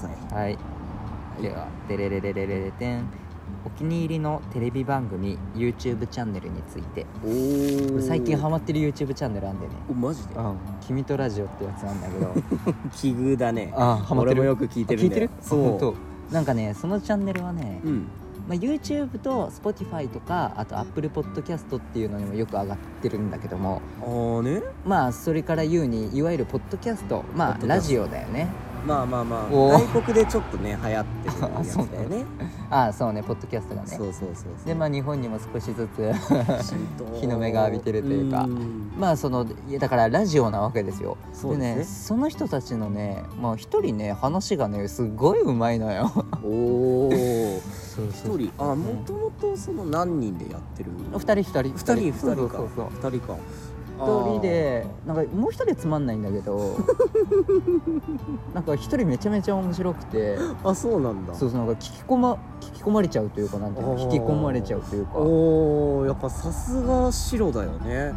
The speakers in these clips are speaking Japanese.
はいでは「デレレレレレレテン」お気に入りのテレビ番組 YouTube チャンネルについておお俺最近ハマってる YouTube チャンネルあんだよねおマジでうん「君とラジオ」ってやつなんだけど奇遇だねあハマってる俺もよく聞いてるあ聞んいてだよるそう本当なんかねそのチャンネルはね、うんまあ、YouTube と Spotify とかあと Apple Podcast っていうのにもよく上がってるんだけどもああねまあそれから言うにいわゆるポッドキャストまあ Podcast ラジオだよねまあまあまあおー外国でちょっとね流行ってるや あそうつだよねああそうねポッドキャストがねそうそうそうそうでまあ日本にも少しずつ日日の目が浴びてるというかまあそのいやだからラジオなわけですよそうですねその人たちのねまあ一人ね話がねすごいうまいのよおおそう一人あもともとその何人でやってる2人2人2二人二そうそ人うかそうそう二人か一人でなんかもう一人つまんないんだけどなんか一人めちゃめちゃ面白くてあーあそうなんだそうそうなんか聞きこま聞き込まれちゃうというかなんていうのあー引き込まれちゃうというか、うん、おおやっぱさすが白だよね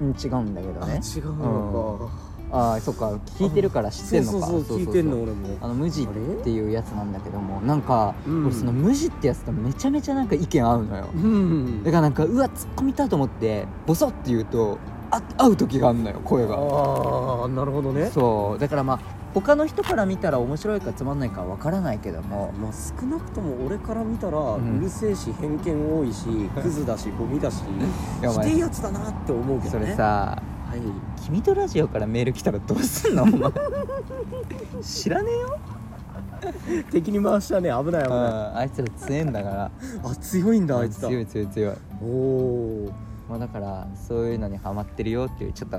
違うんだけどあね違うのかああーそっか聞いてるから知ってんのかそうそうそう聞いてんのそう俺もあの無地っていうやつなんだけどもなんか、うん俺その無地ってやつとめちゃめちゃなんか意見合うのようんだからなんかうわ突っ込みたいと思ってボソって言うとあ合う時があるのよ声がああなるほどねそうだからまあ他の人から見たら面白いかつまんないかわからないけどもまあ少なくとも俺から見たらうんるせえし偏見多いしクズだしゴミだしやひばいでえやつだなって思うけどそねれさはい「君とラジオ」からメール来たらどうすんのお 前知らねえよ敵に回したね危ない危うなんあいつら強えんだからいあ強いんだあいつだ強い強い強いおおーもうだからそういうのにハマってるよっていうちょっと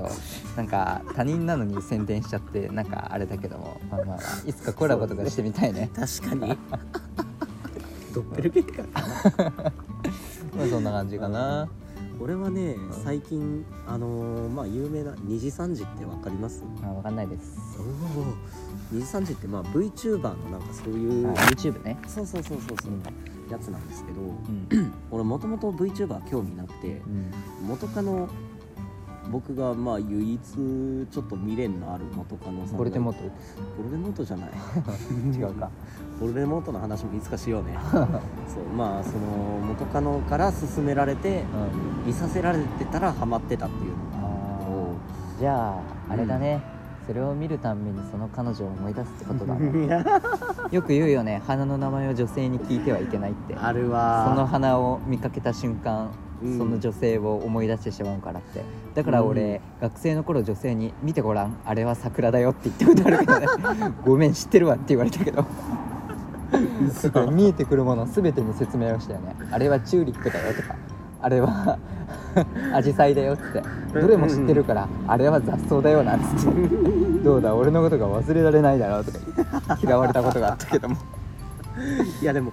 なんか他人なのに宣伝しちゃってなんかあれだけどもまあまあまあいつかコラボとかしてみたいね確 かにドッペルゲンガーまあそんな感じかな俺はね最近あのーまあ有名な二次三次ってわかりますあ分かんないですおお二次三次ってまあ VTuber のなんかそういう、あ YouTube ねそうそうそうそうそうやつなんですけどうん俺もともと VTuber 興味なくてうん元カノ僕がまあ唯一ちょっと未練のある元カノさんがこれでもっとボルデモートじゃない違うかボルデモートの話もいつかしようねそうまあその元カノから勧められてうん見させられてたらハマってたっていうのがあーおうじゃああれだね、それを見るたんびにその彼女を思い出すってことだねよく言うよね花の名前を女性に聞いてはいけないってあるそのわ花を見かけた瞬間、うんその女性を思い出してしまうからってだから俺、学生の頃女性に「見てごらんあれは桜だよ」って言ったことあるけどね 「ごめん知ってるわ」って言われたけどすごい見えてくるもの全てに説明をしたよねあれはチューリップだよとかあれは アジサイだよっつってどれも知ってるからあれは雑草だよなんつってどうだ俺のことが忘れられないだろうとか言って嫌われたことがあったけどもいやでも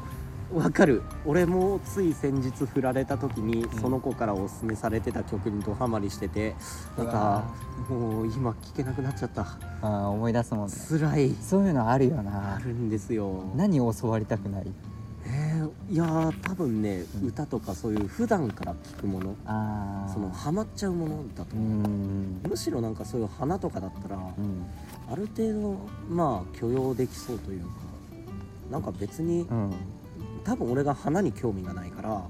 わかる俺もつい先日振られた時にその子からおすすめされてた曲にドハマりしててなんうわかもう今聴けなくなっちゃった あー思い出すもんね辛いそういうのあるよあなるんですよ何を教わりたくないえーいやー多分ねうん歌とかそういう普段から聴くものああそのハマっちゃうものだとうー思うんむしろなんかそういう花とかだったらうんある程度まあ許容できそうというかなんか別にうん多分俺が花に興味がないからあ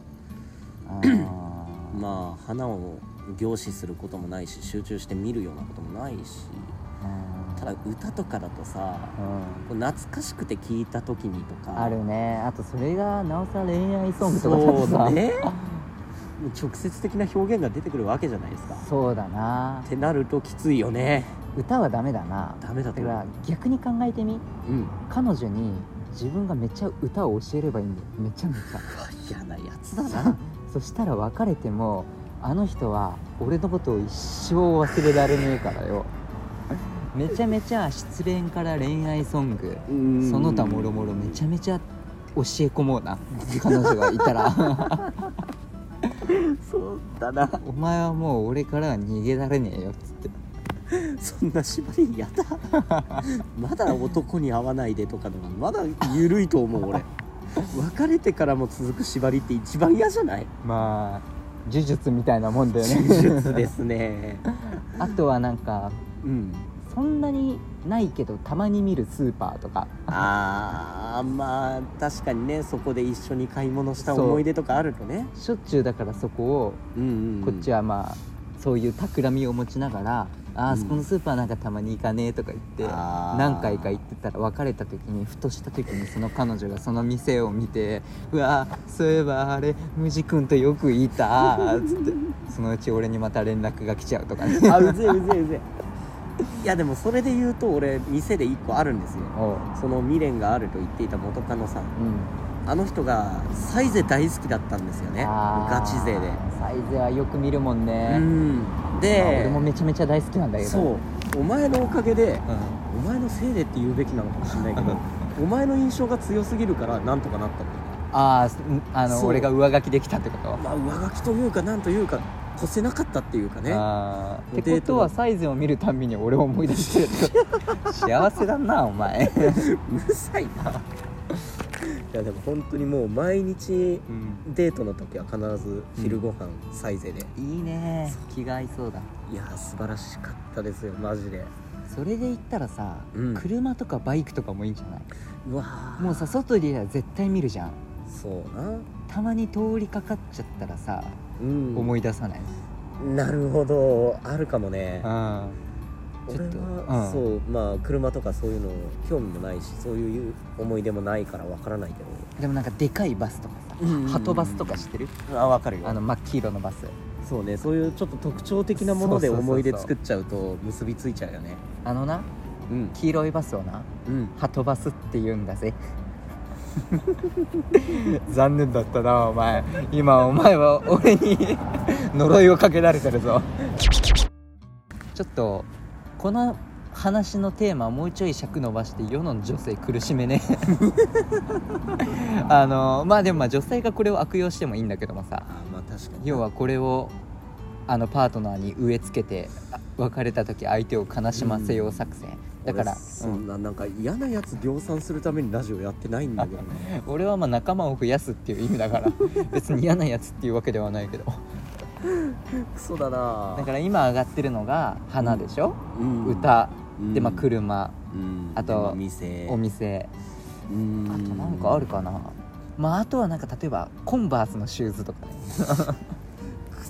ーまあ花を凝視することもないし集中して見るようなこともないしうんただ歌とかだとさうんこう懐かしくて聞いた時にとかあるねあとそれがなおさら恋愛ソングとかだそとうさだねもう直接的な表現が出てくるわけじゃないですかそうだなってなるときついよね歌はダメだなダメだだとか思うら逆に考えてみうんう彼女に自分がめっちゃ歌を教えればいいんだよめちゃめち わ嫌なやつだゃなそしたら別れてもあの人は俺のことを一生忘れられねえからよめちゃめちゃ失恋から恋愛ソングその他もろもろめちゃめちゃ教え込もうな彼女がいたら そうだなお前はもう俺からは逃げられねえよっつってそんな縛りやだ まだ男に会わないでとかでもまだ緩いと思う俺別れてからも続く縛りって一番嫌じゃないまあ呪術みたいなもんだよ 手ね術ですねあとはなんかうんそんなにないけどたまに見るスーパーとかあーまあ確かにねそこで一緒に買い物した思い出とかあるとねしょっちゅうだからそこをうんうんこっちははまあそういう企みを持ちながら「あうあんそこのスーパーなんかたまに行かねえ」とか言ってあー何回か行ってたら別れた時にふとした時にその彼女がその店を見て「うわーそういえばあれムジ君とよくいた」つっ てそのうち俺にまた連絡が来ちゃうとかねあうぜうぜうぜいやでもそれで言うと俺店で1個あるんですよおうその未練があると言っていた元カノさうんんあの人がサイゼ大好きだったんですよねあーガチ勢でサイゼはよく見るもんうね、んまあ俺でもめちゃめちゃ大好きなんだけどそうお前のおかげでうん、お前のせいでって言うべきなのかもしれないけ どお前の印象が強すぎるからなんとかなったんだよあーあのそう俺が上書きできたってことまあ、上書きというかなんというか越せなかったっていうかねあーってデーこトとのはサイズを見るたんびに俺を思い出してるってこと 幸せだなお前、うるさ いないやでも本当にもう毎日デートの時は必ず昼ご飯サイゼで、いいね気が合いそうだいやー素晴らしかったですよマジでそれで言ったらさ、うん車とかバイクとかもいいんじゃないうわーもうさ外では絶対見るじゃんそうなたまに通りかかっちゃったらさ、うん思い出さないなるほどあるかもねあち俺ょっとは、うんそうまあ車とかそういうの興味もないしそういう思い出もないからわからないけでもなんかでかいバスとかさ、うんうんうんハトバスとか知ってるどあわかるあの真っ黄色のバスそうねそういうちょっと特徴的なものでそうそうそうそう思い出作っちゃうと結びついちゃうよねあのなうん黄色いバスをなうんハトバスって言うんだぜ 残念だったなお前今お前は俺に呪いをかけられてるぞちょっとこの話のテーマもうちょい尺伸ばして世の女性苦しめね あのまあでもまあ女性がこれを悪用してもいいんだけどもさあまあ確かに要はこれをあのパートナーに植え付けてあ別れた時相手を悲しませよう作戦、だから俺そんななんか嫌なやつ量産するためにラジオやってないんだけどね俺はまあ仲間を増やすっていう意味だから 別に嫌なやつっていうわけではないけどクソだなだから今上がってるのが花でしょ、うん歌、うんでまあ車、うんあとでも店お店うんあとなんかあるかな、まああとはなんか例えばコンバースのシューズとかね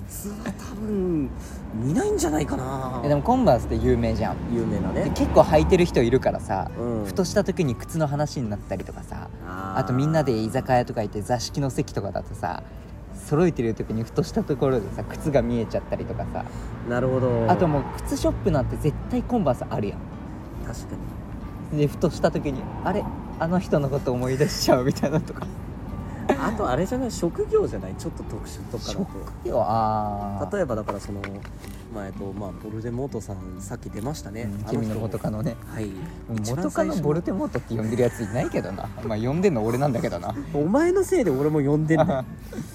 靴は多分見ないんじゃないかなえでもコンバースって有名じゃん有名なでね結構履いてる人いるからさ、うんふとした時に靴の話になったりとかさあーあとみんなで居酒屋とか行って座敷の席とかだとさ揃えてる時にふとしたところでさ靴が見えちゃったりとかさなるほどあともう靴ショップなんて絶対コンバースあるやん確かにでふとした時にあれあの人のこと思い出しちゃうみたいなと かあとあれじゃない職業じゃないちょっと特殊とかだと業ああ例えばだからそのまあえっとまあボルデモートさんさっき出ましたね、あの人君の元カノねはい元カノボルテモートって呼んでるやついないけどなまあ呼んでんの俺なんだけどなお前のせいで俺も呼 んでんだま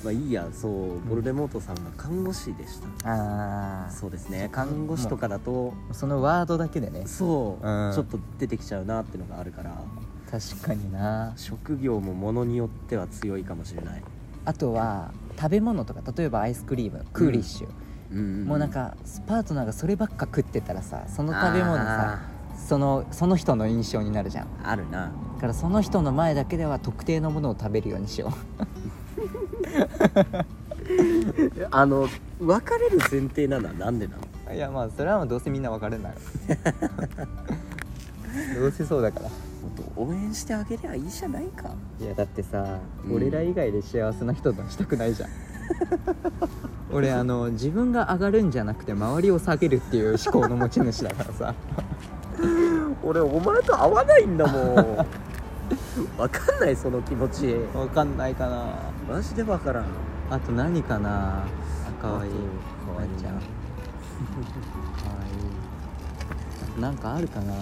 あいいやそうボルデモートさんが看護師でした、あそうですね看護師とかだとあそのワードだけでねそう、うんちょっと出てきちゃうなってのがあるから確かにな職業もものによっては強いかもしれない、あとは食べ物とか例えばアイスクリームクーリッシュ、うんうんもうなんかパートナーがそればっか食ってたらさその食べ物さあそのその人の印象になるじゃんーあるなだからその人の前だけでは特定のものを食べるようにしよあの別れる前提なのはなんでなのういやまあそれはもうどうせみんな別れ ないどうせそうだからもっと応援してあげりゃいいじゃないかいやだってさ、うん俺ら以外で幸せな人とはしたくないじゃん 俺あの自分が上がるんじゃなくて周りを下げるっていう思考の持ち主だから さ俺お前と合わないんだもんわかんないその気持ちわかんないかなマジでわからんあと何かなあかわいいあとかわいち ゃんかわいいあいなとなんかあるかな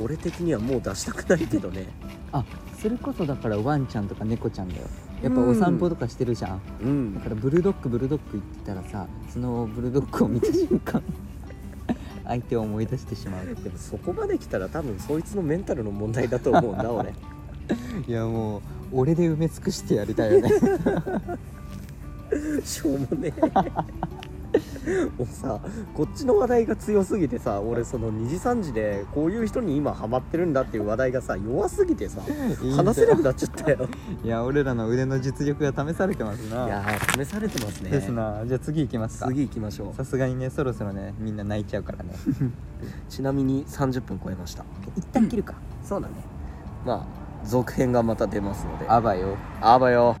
俺的にはもう出したくないけどねあそれこそだからワンちゃんとか猫ちゃんだよやっぱうんお散歩とかしてるじゃん、うだんからブルドッグブルドッグ言ってたらさそのブルドッグを見た瞬 間相手を思い出してしまうでもそこまで来たら多分そいつのメンタルの問題だと思うんだ俺いやもう俺で埋め尽 くしてやりたいよねしょうもねもうさこっちの話題が強すぎてさ俺その2時3時でこういう人に今ハマってるんだっていう話題がさ弱すぎてさ話せなくなっちゃったよいや俺らの腕の実力が試されてますいやなー試されてますねですなじゃあ次行きますか次行きましょうさすがにねそろそろねみんな泣いちゃうから ねちなみに30分超えました一旦切るかそうだねまあ続編がまた出ますのであばよあばよ